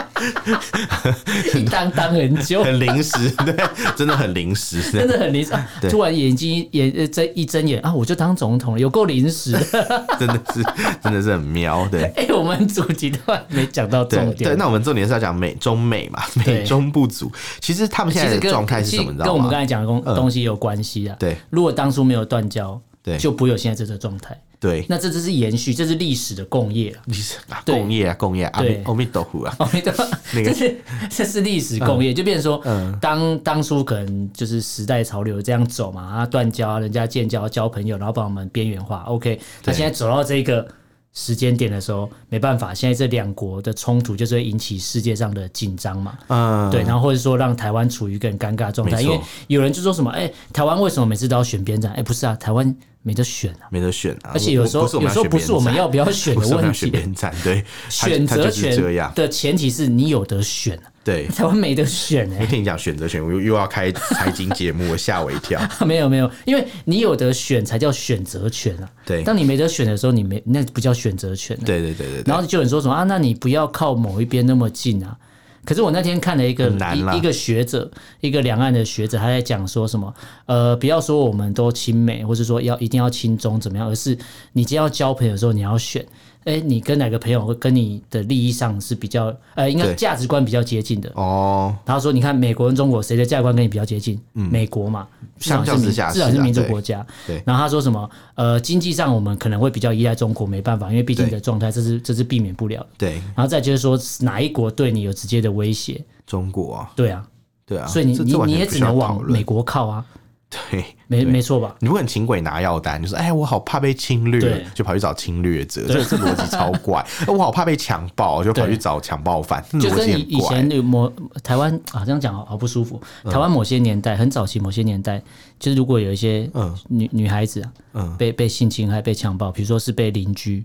一当当很久，
很临时，对，真的很临时。
真的很临时。啊
对
突然眼睛眼呃睁一睁眼啊，我就当总统了，有够临时的。
真的是，真的是很喵，对。
哎，我们主题都还没讲到
对
重点
对，。那我们重点是要讲美中美嘛，
对
美中不足。其实他们
其
现在
实
的
跟
状态是
其
什
实
么？你知
跟
道
我们
吗
刚？才讲的东
嗯
东西有关系啊。
对，
如果当初没有断交，
对
就不会有现在这个状态。
对，
那这只是延续，这是历史的共业啊。
你是啊
对
共业啊，共业啊，阿弥
对
阿弥陀佛啊，
哦，对吧？
那个
这是这是历史共业，就变成说，
嗯
当当初可能就是时代潮流这样走嘛，啊，断交啊，人家建交交朋友，然后把我们边缘化。OK，那现在走到这个时间点的时候，没办法，现在这两国的冲突就是会引起世界上的紧张嘛。
嗯，
对，然后或者说让台湾处于一个很尴尬的状态，
没
因
错
为有人就说什么，哎、台湾为什么每次都要选边站？哎、不是啊，台湾没得选啊。
没得选啊。
而且有时候，
不是我
有
们
时候不是我们要不要选
不
的
是我们
问
要选
题，
边站，对，他
选
他
择
就是这
权
样，
的前提是你有得选啊，
对。
台湾没得选哎、
我听你讲选择权，我又又要开财经节目，我吓我一 跳。
没有没有，因为你有得选才叫选择权啊。
对
当你没得选的时候，你没那不叫选择权、啊。
对对对对对，
然后就有人说什么啊，那你不要靠某一边那么近啊。可是我那天看了一个
很难啦
一一个学者，一个两岸的学者，他在讲说什么？呃，不要说我们都亲美，或是说要一定要亲中怎么样，而是你今天要交朋友的时候，你要选，哎、你跟哪个朋友会跟你的利益上是比较，呃，应该
对
价值观比较接近的。
哦，
然后说，你看美国跟中国谁的价值观跟你比较接近？美国嘛，至少
嗯相较
是民
之下
至少
是
是
啊
民主
对
国家。
对
然后他说什么？呃，经济上我们可能会比较依赖中国，没办法，因为毕竟你
对
的状态，这是这是避免不了的。
对，
然后再就是说哪一国对你有直接的威胁，
中国啊，
对啊，
对啊，
所以你
这
你
这完
你
全
也
不
只
需要
能
讨
往
论
美国靠啊，
对，
没
对
没错吧？
你不可能请鬼拿药单，你就说哎，我好怕被侵略
对，
就跑去找侵略者，这这逻辑超 怪。哎我好怕被强暴，就跑去
对
找强暴犯，这
就
逻
跟
辑
你
很
以
怪嗯
前。有某台湾啊，这样讲好好不舒服。台湾某些年代，很早期某些年代，就是如果有一些
嗯
女女孩子啊，
嗯
被被性侵害、被强暴，比如说是被邻居，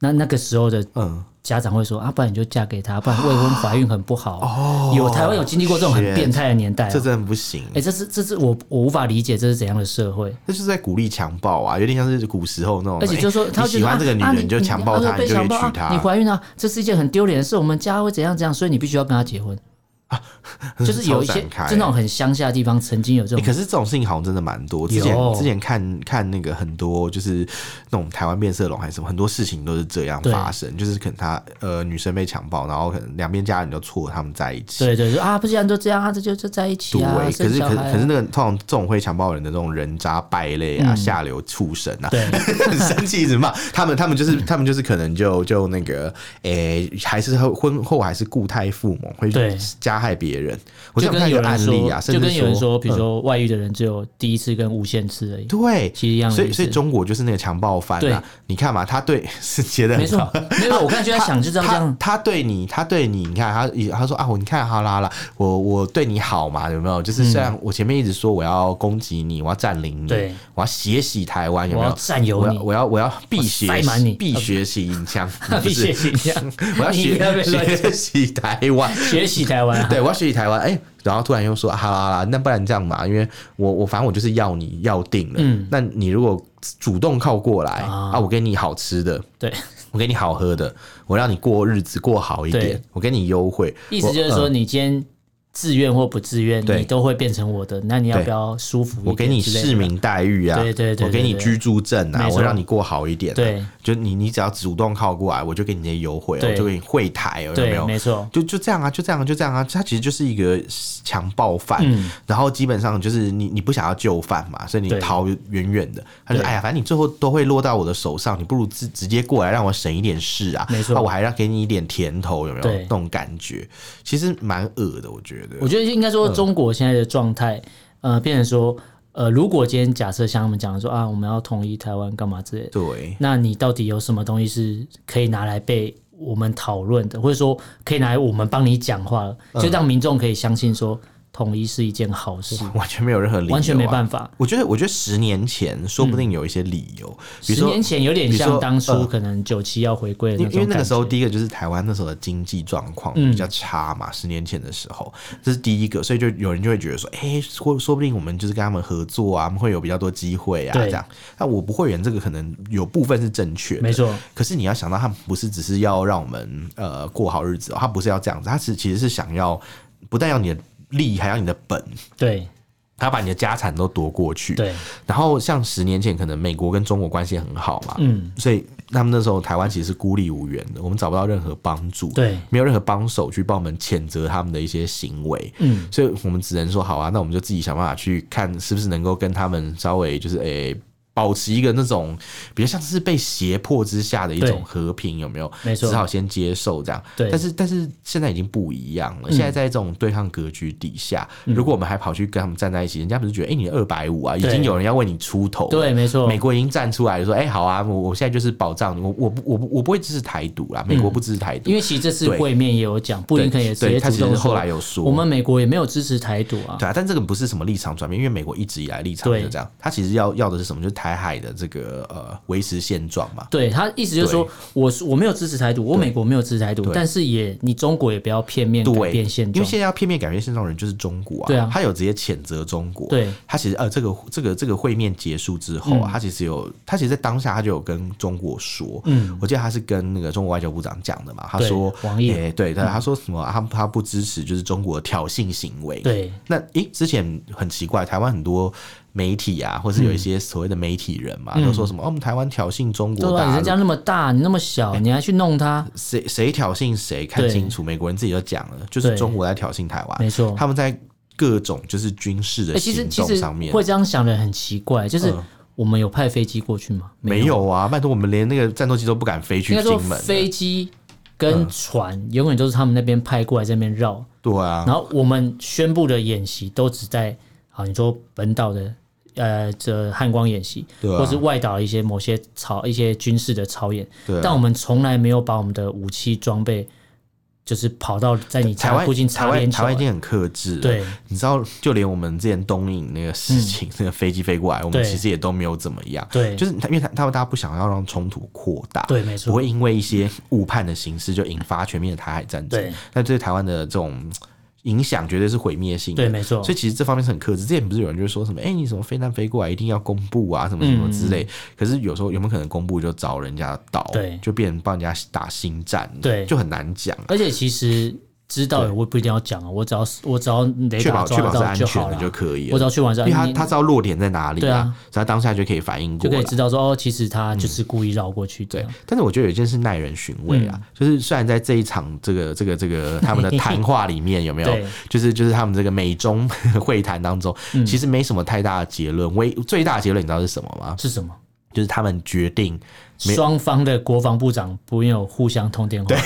那那个时候的
嗯，
家长会说啊，不然你就嫁给他，不然未婚怀孕很不好。哦，有台湾有经历过这种很
shit
变态的年代啊、
这真的不行。
哎、这是这是我我无法理解这是怎样的社会。
这就是在鼓励强暴啊，有点像是古时候那种。
而且就是说
哎
他
你
觉
喜
得
欢这个女
啊啊
人，你就强暴她，
你
你就可以
被强暴
娶
啊你
她。
怀孕了、这是一件很丢脸的事，我们家会怎样怎样，所以你必须要跟他结婚。 就是有一
超
些
展开
就那种很乡下的地方，曾经有这
哎
种
可是这种事情好像真的蛮多。之前
有
之前看看那个很多就是那种台湾变色龙还是什么，很多事情都是这样
对
发生。就是可能她呃女生被强暴，然后可能两边家人都撮合他们在一起。
对对，就啊，不然就这样啊，这就就在一起
对，
啊，
可
生
是
小
可是
孩啊、嗯
可是那个通常这种会强暴人的这种人渣败类啊、下流畜生啊，
对嗯
很 生气，一直骂他们，他们就是他们就是可能就就那个诶、还是后婚后还是固态父母会
对
加害别人。我
就
想看
跟
一
有
个
人
案例啊，
说，
甚
就
至
跟有人说，比
嗯
如说外遇的人只有第一次跟无限次而已，
对。
其实一样的
所以，
意思
所以中国就是那个强暴犯
对
啊！你看嘛，他对 是觉得
没
很
错
好，，
没有，我刚才就在
他
想，就这样这样，
他他对你，他对你，你看他以，他说啊，我你看好啦好啦，我我对你好嘛，有没有？
嗯
就是虽然我前面一直说我要攻击你，我要占领你，
对
我要血洗台湾，有
我
没
要
有？
占有
我
你
要，我要我要必血
塞满你
必血洗银枪， 不
必
是
须形象，
我要
你
血
不要被乱讲
血洗台湾，
学习台 湾啊、
对，我要学习台湾，哎、然后突然又说，啊好啦好啦，那不然这样嘛，因为我我反正我就是要你要定了，
嗯
那你如果主动靠过来
啊
啊我给你好吃的，
对，
我给你好喝的，我让你过日子过好一点
对，
我给你优惠，
意思就是
我
说，
嗯
你今天自愿或不自愿，
对
你都会变成我的。那你要
对
不要舒服一点
我给你
之类的
市，民待遇啊，
对对对对
我给你居住证啊，
没错
我让你过好一点、啊，
对，
就你你只要主动靠过来，我就给你这些优惠哦，
对
我就给你会台哦，有没
对，
有？
没错，
就就这样啊，就这样、啊，就这样啊，他其实就是一个强暴犯，
嗯
然后基本上就是你你不想要就范嘛，所以你
对
逃远远的，他就
对
哎呀，反正你最后都会落到我的手上，你不如直直接过来让我省一点事啊，
没错
啊我还让给你一点甜头，有没有
对
那种感觉？其实蛮恶的，我觉得。
我觉得应该说
嗯
中国现在的状态，呃，变成说，呃，如果今天假设像他们讲的说啊，我们要统一台湾干嘛之类的，
对，
那你到底有什么东西是可以拿来被我们讨论的，或者说可以拿来我们帮你讲话的，
嗯
就让民众可以相信说统一是一件好事，
完全没有任何理由、
完全没
法。
办法。嗯
我觉得，我觉得十年前说不定有一些理由，比如
十
说
年前有点
比如说
像当初
呃
可能九七要回归的
因
那
为
种
因为那
感
个时候，
觉嗯
第一个就是台湾那时候的经济状况比较差嘛，十年前的时候，这是第一个，所以就有人就会觉得说，哎、说说不定我们就是跟他们合作啊，我们会有比较多机会啊，
对
这样。那我不会员这个可能有部分是正确的，
没错。
可是你要想到，他们不是只是要让我们呃过好日子、哦，他不是要这样子，他是其实是想要不但要你的利，还要你的本。
对
他把你的家产都夺过去，
对
然后像十年前，可能美国跟中国关系很好嘛，
嗯，
所以他们那时候台湾其实是孤立无援的，我们找不到任何帮助，，
对，
没有任何帮手去帮我们谴责他们的一些行为，
嗯，
所以我们只能说好啊，那我们就自己想办法去看是不是能够跟他们稍微就是诶。保持一个那种比较像是被胁迫之下的一
对
种和平，有没有？
没错
只好先接受这样。
对
但是但是现在已经不一样了。现在在这种对抗格局底下，
嗯
如果我们还跑去跟他们站在一起，人家不是觉得哎、诶你二百五啊，已
对
经有人要为你出头了。
对，没错，
美国已经站出来说：“哎、好啊，我我现在就是保障你，我我不我不我不会支持台独啦，美
嗯
国不支持台独，
因为其实这次
对
会面也有讲，布林肯也直
对
接
他
主
其
动
实
说
后来有说，
我们美国也没有支持台独啊，
对啊，但这个不是什么立场转变，因为美国一直以来立场
对
就这样，他其实要要的是什么？就是台台海的这个呃维持现状嘛。
对他意思就是说，我是我没有支持台独，我美国没有支持台独，
对
但是也你中国也不要片面改
对，
变现
因
状
为。现在要片面改变现状的人就是中国啊，
对啊
他有直接谴责中国，
对，嗯
他其实呃，这个这个这个会面结束之后啊，他其实有，他其实在当下他就有跟中国说，嗯，我记得他是跟那个中国外交部长讲的嘛，他
对
说，
王毅嗯
诶对，他他说什么，他他不支持就是中国的挑衅行为，
对，
那诶、之前很奇怪，台湾很多媒体啊，或是有一些所谓的媒体人
嗯
嘛，都说什么、哦，我们台湾挑衅中
对
国
吧？
大哎
你
陆
人家那么大，你那么小，你还去弄他？
谁谁挑衅谁，看清楚。美国人自己就讲了，就是
对
中国在挑衅台湾，
没错
哎他们在各种就是军事的
哎，哦其实
行
其
动
实
上面
会这样想的很奇怪，就是
嗯
我们有派飞机过去吗？
没有啊，拜托我们连那个战斗机都不敢飞去
应该说
金门，嗯
飞机跟船永远都是他们那边派过来这边绕，
对啊
然，后我们宣布的演习都只在啊，你说本岛的呃这汉光演习，
对啊
或是外岛的一些某些操一些军事的操演，
对啊
但我们从来没有把我们的武器装备就是跑到在你
台
家
湾
附近
台
擦边
湾台
球
湾已。经很克制了，
啊对，嗯
你知道，就连我们之前东引那个事情，那个飞机飞过来，我们
对
其实也都没有怎么样，
对
就是因为他他们大家不想要让冲突扩大，
对没错
不会因为一些误判的形式就引发全面的台海战争，
对，
但对台湾的这种嗯影响绝对是毁灭性的，
对没错
所以其实这方面是很克制。之前不是有人就说什么，哎、你什么飞弹飞过来一定要公布啊，什么什么
嗯
之类，可是有时候有没有可能公布就找人家倒，
对
就变成帮人家打新战，
对
就很难讲啊。
而且其实知道了，我也不一定要讲啊，我只要我只要雷
确
达
保确保
抓得
是
到
安全
好
的
了，啊
就可以了，
我只要去完之
因
后，
为他
你
他知道落点在哪里
对啊，
所以他当下就可以反应
就
过
可以
来。
知道说哦，其实他就是故意绕过去这
对
样。，
但是我觉得有一件事耐人寻味
嗯
啊，就是虽然在这一场这个这个这 个他们的谈话里面有没有
对，嗯
就是就是他们这个美中 会谈当中，其实没什么太大的结论。唯最大的结论你知道是什么吗？
是什么？
就是他们决定 没
双方的国防部长不用互相通电话，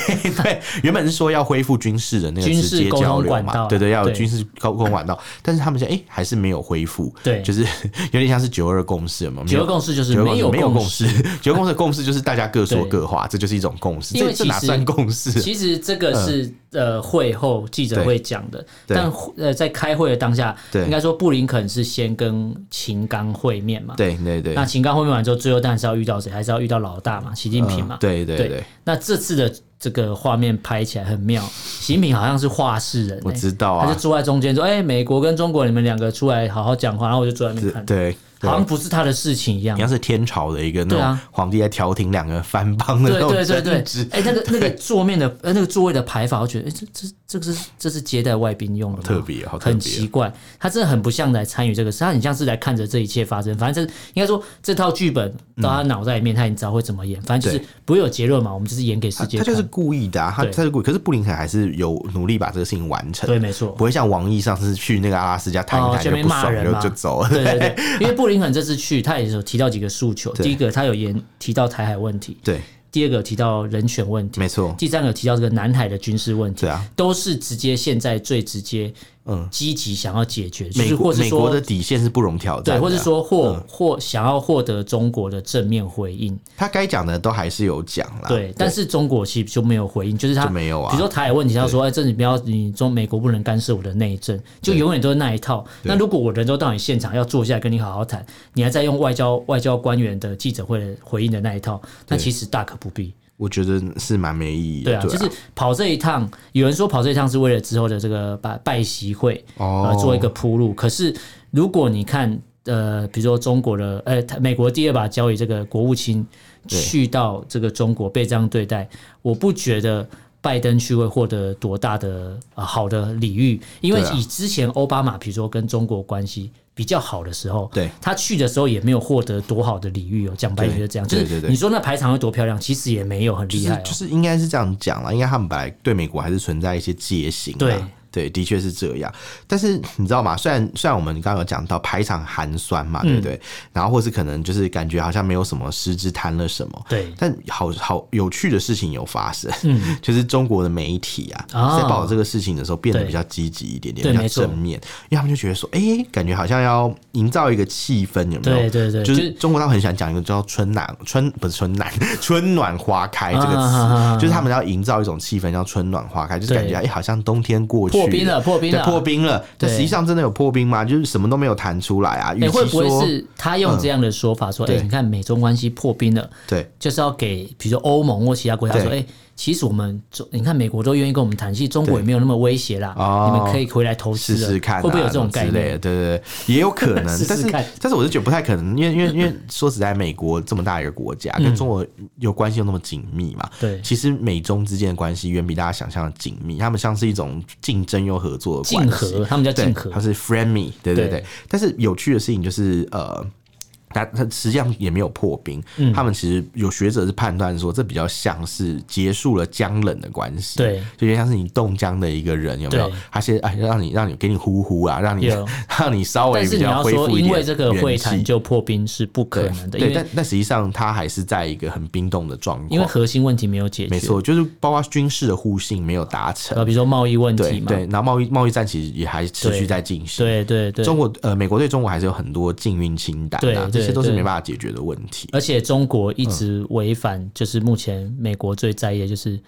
对，原本是说要恢复军事的那个
军
直
事
接
沟
交
通
流
管
嘛，
道啊
对对，要有
对
军事沟通管道，但是他们现在哎、还是没有恢复，
对
就是 有点像是九二共识嘛，没有
九二共识就是
九二
没有
没有
共
共识， 九二共识的共识就是大家各说各话，这就是一种共识，
因
这
为
这
其
哪
实
算共识？
其实这个是、呃会后记者会讲的，
嗯对
但呃在开会的当下，
对
应该说布林肯是先跟秦刚会面嘛。
对对对，
那秦刚会面完之后，最后当然是要遇到谁，还是要遇到老大嘛，习近平嘛。
嗯对对
对
对，
那这次的这个画面拍起来很妙，习近平好像是画事人、欸，
我知道啊
他就坐在中间说：“哎、美国跟中国，你们两个出来好好讲话。”然后我就坐在那
对
边看，
对。对
好像不是他的事情一样
你。要是天朝的一个那
对
种
啊
皇帝在调停两个藩邦的那
对
种
对对对
争执，，
哎、那个那个桌面的呃那个座位的排法，我觉得哎、这这这个是这是接待外宾用的吗，
特别好特别嗯
很奇怪，他真的很不像来参与这个事，他很像是来看着这一切发生。反正这应该说这套剧本到他脑袋里面，他已经知道会怎么演，反正就是不会有结论嘛，我们就是演给世界
他
看。
就是故意的、啊，他
对
他是故意。可是布林肯还是有努力把这个事情完成，
对没错
不会像王毅上次去那个阿拉斯加谈
哦
一谈
这
就
边
不
骂
爽
人
就
嘛
就走了。
对对对，因为布林肯这次去，他也有提到几个诉求。第一个，他有言提到台海问题；
对，
第二个，提到人权问题；
没错，
第三个提到这个南海的军事问题，
对啊，
都是直接现在最直接，
嗯
嗯，积极想要解决，就是
美
或
国
是
美国的
说。
底线是不容挑战的啊、
对，或是说或或想要获得中国的正面回应，
他该讲的都还是有讲啦。
对，但是中国其实就没有回应，就是他
啊就没有啊
比如说台海问题，他说：“哎，这你不要，你中美国不能干涉我的内政。”就永远都是那一套。那如果我人都到你现场，要坐下来跟你好好谈，你还在用外交外交官员的记者会的回应的那一套，那其实大可不必。
我觉得是蛮没意义的。
对啊，就是跑这一趟，有人说跑这一趟是为了之后的这个拜拜习会，
哦
呃，做一个铺路。可是如果你看，呃，比如说中国的，呃，他美国第二把交椅这个国务卿去到这个中国被这样对待，我不觉得。拜登去会获得多大的、呃、好的礼遇？因为
对啊
以之前奥巴马，比如说跟中国关系比较好的时候，
对
他去的时候也没有获得多好的礼遇哦。讲白一点就这样，就
对对
是
对
你说那排场有多漂亮，其实也没有很
就
厉害、
是
哦
就是应该是这样讲啦，应该他们本来对美国还是存在一些戒心啦。
对
对，的确是这样。但是你知道吗？虽然虽然我们刚刚有讲到排场寒酸
嗯
嘛，对不对？然后或是可能就是感觉好像没有什么失之贪了什么。
对
但好好有趣的事情有发生，嗯， 就是中国的媒体啊，
哦
在报这个事情的时候变得
对
比较积极一点点，
对
比较
没错
正面，因为他们就觉得说，哎、感觉好像要营造一个气氛，有没有？
对对对
就
就是是
中国他们很喜欢讲一个叫“春暖春”不是春暖春暖哎花开这个词，
啊啊啊啊啊
就是他们要营造一种气氛，叫春暖花开，就是感觉哎、
对
好像冬天过去
破破冰了破冰
对
了
破冰了。但
对
实际上真的有破冰吗？就是什么都没有谈出来啊。与
你、
其
会不会
说嗯
是他用这样的说法说，哎、
对
你看美中关系破冰了，
对
就是要给比如说欧盟或其他国家说，哎、
对
其实我们中，你看美国都愿意跟我们谈，其实中国也没有那么威胁啦，
哦
你们可以回来投资
试
了，
试看、啊，
会不会有这种概
之类的？
念？
对对对，也有可 能。
试试看
但是但是我是觉得不太可能，因为因为因 为说实在，美国这么大一个国家，跟中国有关系又那么紧密嘛。
嗯对
其实美中之间的关系远比大家想象的紧密，他们像是一种竞争又合作的关
竞
系。
合，他们叫
对，
竞合
它，是 friendly，对对对。
对
但是有趣的事情就是，呃，它它实际上也没有破冰，
嗯
他们其实有学者是判断说，这比较像是结束了僵冷的关系，
对
就有点像是你冻僵的一个人，有没有
对？
他先哎，让你让你给你呼呼啊，让你
有
让你稍微
但是
比
你
较
要
恢
说，
复一
因
点
为这个会谈
元气
就破冰是不可
对
能的，因
对，
为
但但实际上它还是在一个很冰冻的状况，
因为核心问题没有解决，
没错，就是包括军事的互信没有达成
然。后比如说贸易问
对
题嘛，
对，然后贸易贸易战其实也还持
对
续在进行，
对对对
中国呃，美国对中国还是有很多禁运清单
对
啊
对，
这些都是
对呃
没办法解决的问题。
而且中国一
嗯
直违反，就是目前美国最在意的就是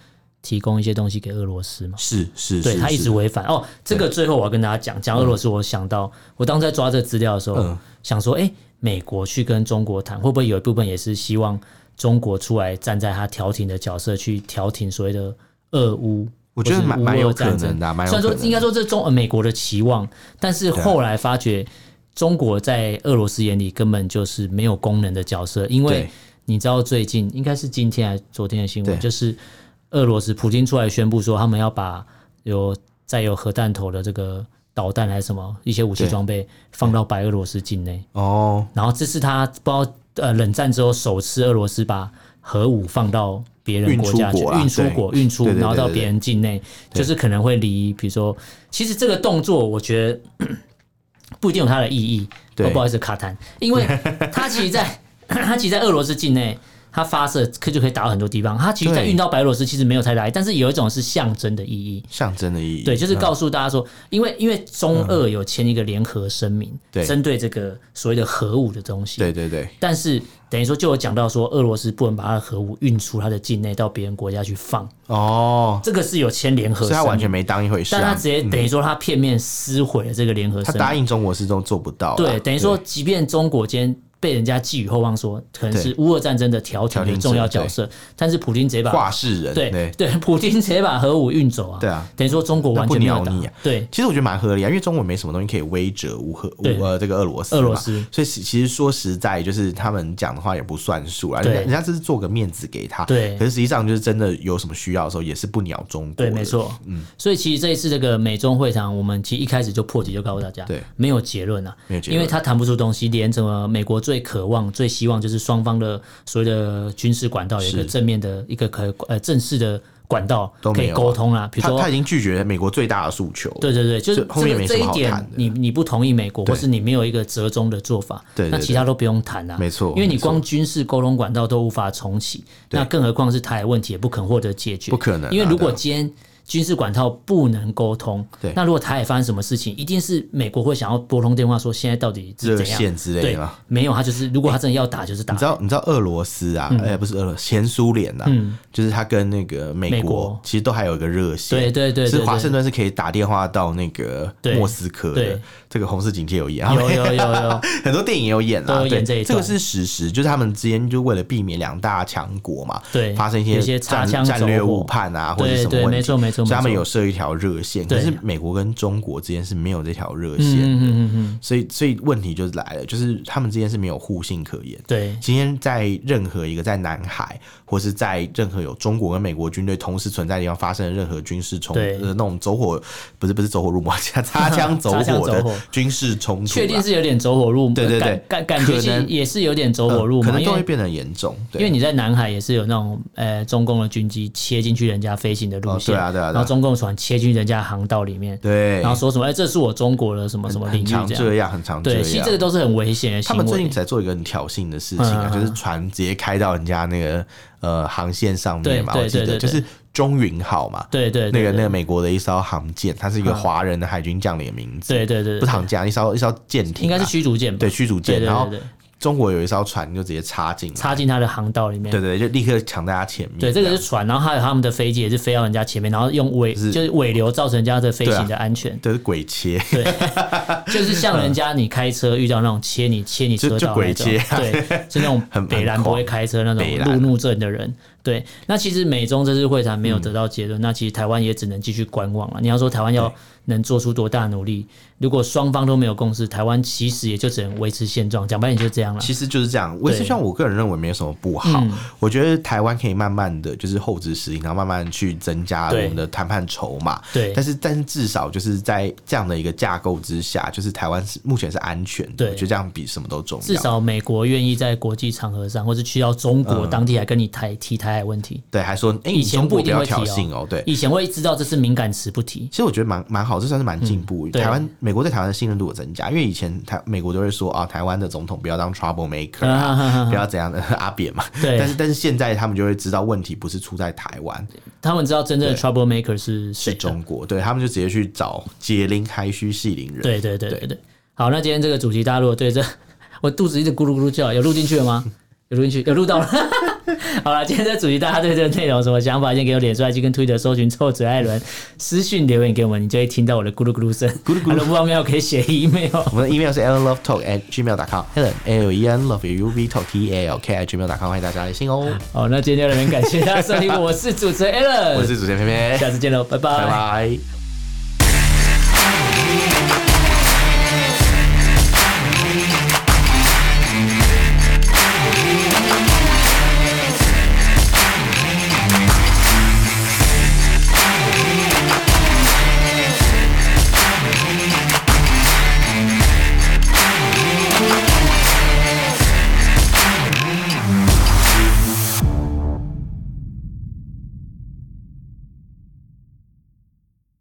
提供一些东西给俄罗斯嘛。
是是
对
是，
他一
是
直违反哦，这个最后我要跟大家讲，讲俄罗斯，我想到我当时在抓这资料的时候，
嗯
想说，哎、美国去跟中国谈，会不会有一部分也是希望中国出来站在他调停的角色去调停所谓的俄乌？
我觉得
或是
蛮
乌
蛮
俄
有可
战
能的啊
争
蛮有
虽然说
可能
应该说这是中、呃、美国的期望，但是后来发觉中国在俄罗斯眼里根本就是没有功能的角色，因为
对
你知道最近应该是今天还是昨天的新闻，
对
就是俄罗斯普京出来宣布说他们要把有载有核弹头的这个导弹还是什么一些武器
对
装备放到白俄罗斯境内。
哦，
然后这是他不知道呃冷战之后首次俄罗斯把核武放到别人国家去
运出国啦啊
运出国运出，
对对对
然后到
对对
别人境内，就是可能会离比如说，其实这个动作我觉得嗯不一定有它的意义。
对
哦不好意思，卡痰，因为它其实在 它其实在俄罗斯境内。它发射可就可以打到很多地方，它其实在
对
运到白俄罗斯其实没有太大意义，但是有一种是象征的意义，
象征的意义。
对，就是告诉大家说，因为因为中俄有签一个联合声明，
嗯对
针对这个所谓的核武的东西。
对对对
但是等于说，就有讲到说，俄罗斯不能把它的核武运出它的境内到别人国家去放，
哦，
这个是有签联合
所以
声
他
明，
完全没当一回事
但他
啊
直。接等于说他片面撕毁了这个联合
他
声
答
明。
应中国始终做不到啦。
对，等于说，即便中国今天被人家寄予厚望说，可能是乌俄战争的调停
调
的
停者
重要角色，但是普京直接把
话事人
对
对。
对，普京直接把核武运走啊，
对啊，
等于说中国完全没有
他不
打
鸟你啊，
对，
其实我觉得蛮合理啊，因为中国没什么东西可以威折乌和乌
对
呃这个俄罗斯嘛
俄罗斯
所以其其实说实在，就是他们讲的话也不算数啊，人
对
家人家只是做个面子给他，
对
可是实际上就是真的有什么需要的时候，也是不鸟中国，
对，没，错。嗯，所以其实这一次这个美中会谈，我们其实一开始就破题就告诉大家，
对，
没有结论啊，
没有结
因为
论
他谈不出东西，连什么美国最渴望、最希望就是双方的所谓的军事管道有一个
是
正面的一个可呃正式的管道
都
可
没
以
有啊
沟通啦，比如
他
说
他已经拒绝美国最大的诉求，
对对对，就是
这后
这
面
个
没
这
什么
一
好
点
谈的，
你你不同意美国，或
对
是你没有一个折中的做法，
对对
那
对
其他都不用谈啦、啊
没错
因为你
没错
光军事沟通管道都无法重启，那更何况是台海问题也不肯获得解决，
不可能啊
因为如果
对啊
今天。军事管道不能沟通，
对
那如果台海发生什么事情，一定是美国会想要拨通电话说现在到底是
热
怎样
线之类
对
的吗？，
没有，他就是如果他真的要打就是打
你知，道，你知 道俄罗斯啊，
嗯
哎、不是俄罗斯，前苏联呐，就是他跟那个美国
美国
其实都还有一个热线，
对对对对
是华
对
盛顿是可以打电话到那个
对
莫斯科的
对，
这个红色警戒有演，
有有有 有，
很多电影也有演
都
啊，
有演这一
对，这个
段
是史实，就是他们之间就为了避免两大强国嘛，
对
发生
有
一
一些擦
战
枪
战
走
略
火
误判啊，或者
对
是什么
对
问题，
没错没错
所以他
没
们
错
有设一条热线，可
对
是美国跟中国之间是没有这条热
嗯
线，
嗯嗯嗯，
所以所以问题就来了，就是他们之间是没有互信可言。
对
今天在任何一个在南海，或是在任何有中国跟美国军队同时存在的地方发生的任何军事冲，
对
呃，那种走火不是不是走火入魔， 擦擦枪走
擦枪
火
走
的
火
军事冲突啦，啊
确定是有点走火入，
对对对
感感感觉
可
是
能
也是有点走火入
呃
嘛，
可能
因
都
为
会变得严重。对
因为你在南海也是有那种呃中共的军机切进去人家飞行的路
哦对
线，
啊对啊对啊
然后中共船切进人家航道里面，
对，
然后说什么哎、这是我中国的什么什么领
很
域
常
这样，
这样，很常这
对，其实这个
样。
都是很危险的
他
行
们最
为
近。才做一个很挑衅的事情啊，
嗯嗯嗯
就是船直接开到人家那个呃航线上面嘛，
对
我
对
记
对
得
对
就是中云号嘛，
对对
那
对
个那
对
个美国的一艘航舰，它是一个华人的海军将领的名字，
嗯对对对
不是
对，
航舰啊，一艘一艘舰艇啊，
应该是驱逐舰吧？
对驱逐
对
舰，
对
然后
对对
中国有一艘船就直接插进来，
插进他的航道里面。
对对，对就立刻抢在他前面。
对，这个
样
是船，然后还有他们的飞机也是飞到人家前面，然后用尾
是啊
就是尾流造成人家的飞行的安全，
这是鬼切，
就是像人家你开车遇到那种切你切你车
就就
道那
鬼
种，
切啊
对，是那种
很
北兰
很
不
狂
会开车那
北
种
兰
路怒症的人。对，那其实美中这次会谈没有得到结论，那其实台湾也只能继续观望啊了。你要说台湾要能做出多大努力，如果双方都没有共识，台湾其实也就只能维持现状。讲白点就这样了。
其实就是这样。我是像我个人认为没有什么不好，
嗯
我觉得台湾可以慢慢的就是后置实力，然后慢慢去增加我
对
们的谈判筹码。
对
但是但是至少就是在这样的一个架构之下，就是台湾是目前是安全的，
对
我觉得这样比什么都重要。
至少美国愿意在国际场合上，或是去到中国
嗯
当地来跟你台提台海问题。
对，还说哎，你
以前
中国
不一定
要
会提
挑
哦
衅哦，对。
以前会知道这是敏感词不提，
其实我觉得蛮蛮好，这算是蛮进步。
嗯对
台湾美国对台湾的信任度有增加，因为以前台美国都会说啊，台湾的总统不要当 trouble maker
啊哈哈
啊，
哈
不要怎样的 阿扁嘛。
对
但是但是现在他们就会知道问题不是出在台湾，
他们知道真正的
对
trouble maker
是
是谁的。
中国，对他们就直接去找解铃还须系铃人。
对对对对对。好，那今天这个主题，大家如果对这，我肚子一直咕噜咕噜叫，有录进去了吗？有录进去，有录到了。 好了，今天这个主题，大家对这个内容有什么想法？先给我脸书、IG 跟 Twitter 搜寻“臭嘴艾伦”，私讯留言给我们，你就会听到我的咕噜咕噜声。咕噜咕噜，不方便我可以写 email。
我们的 email 是 allenlovetalk at gmail.com，allen l e n love u v talk t a l k at gmail.com，欢迎大家来信哦。
好，那今天就到这边，感谢大家收听，我是主持人 Alan，
我是主持人偏偏，
下次见喽，拜
拜拜。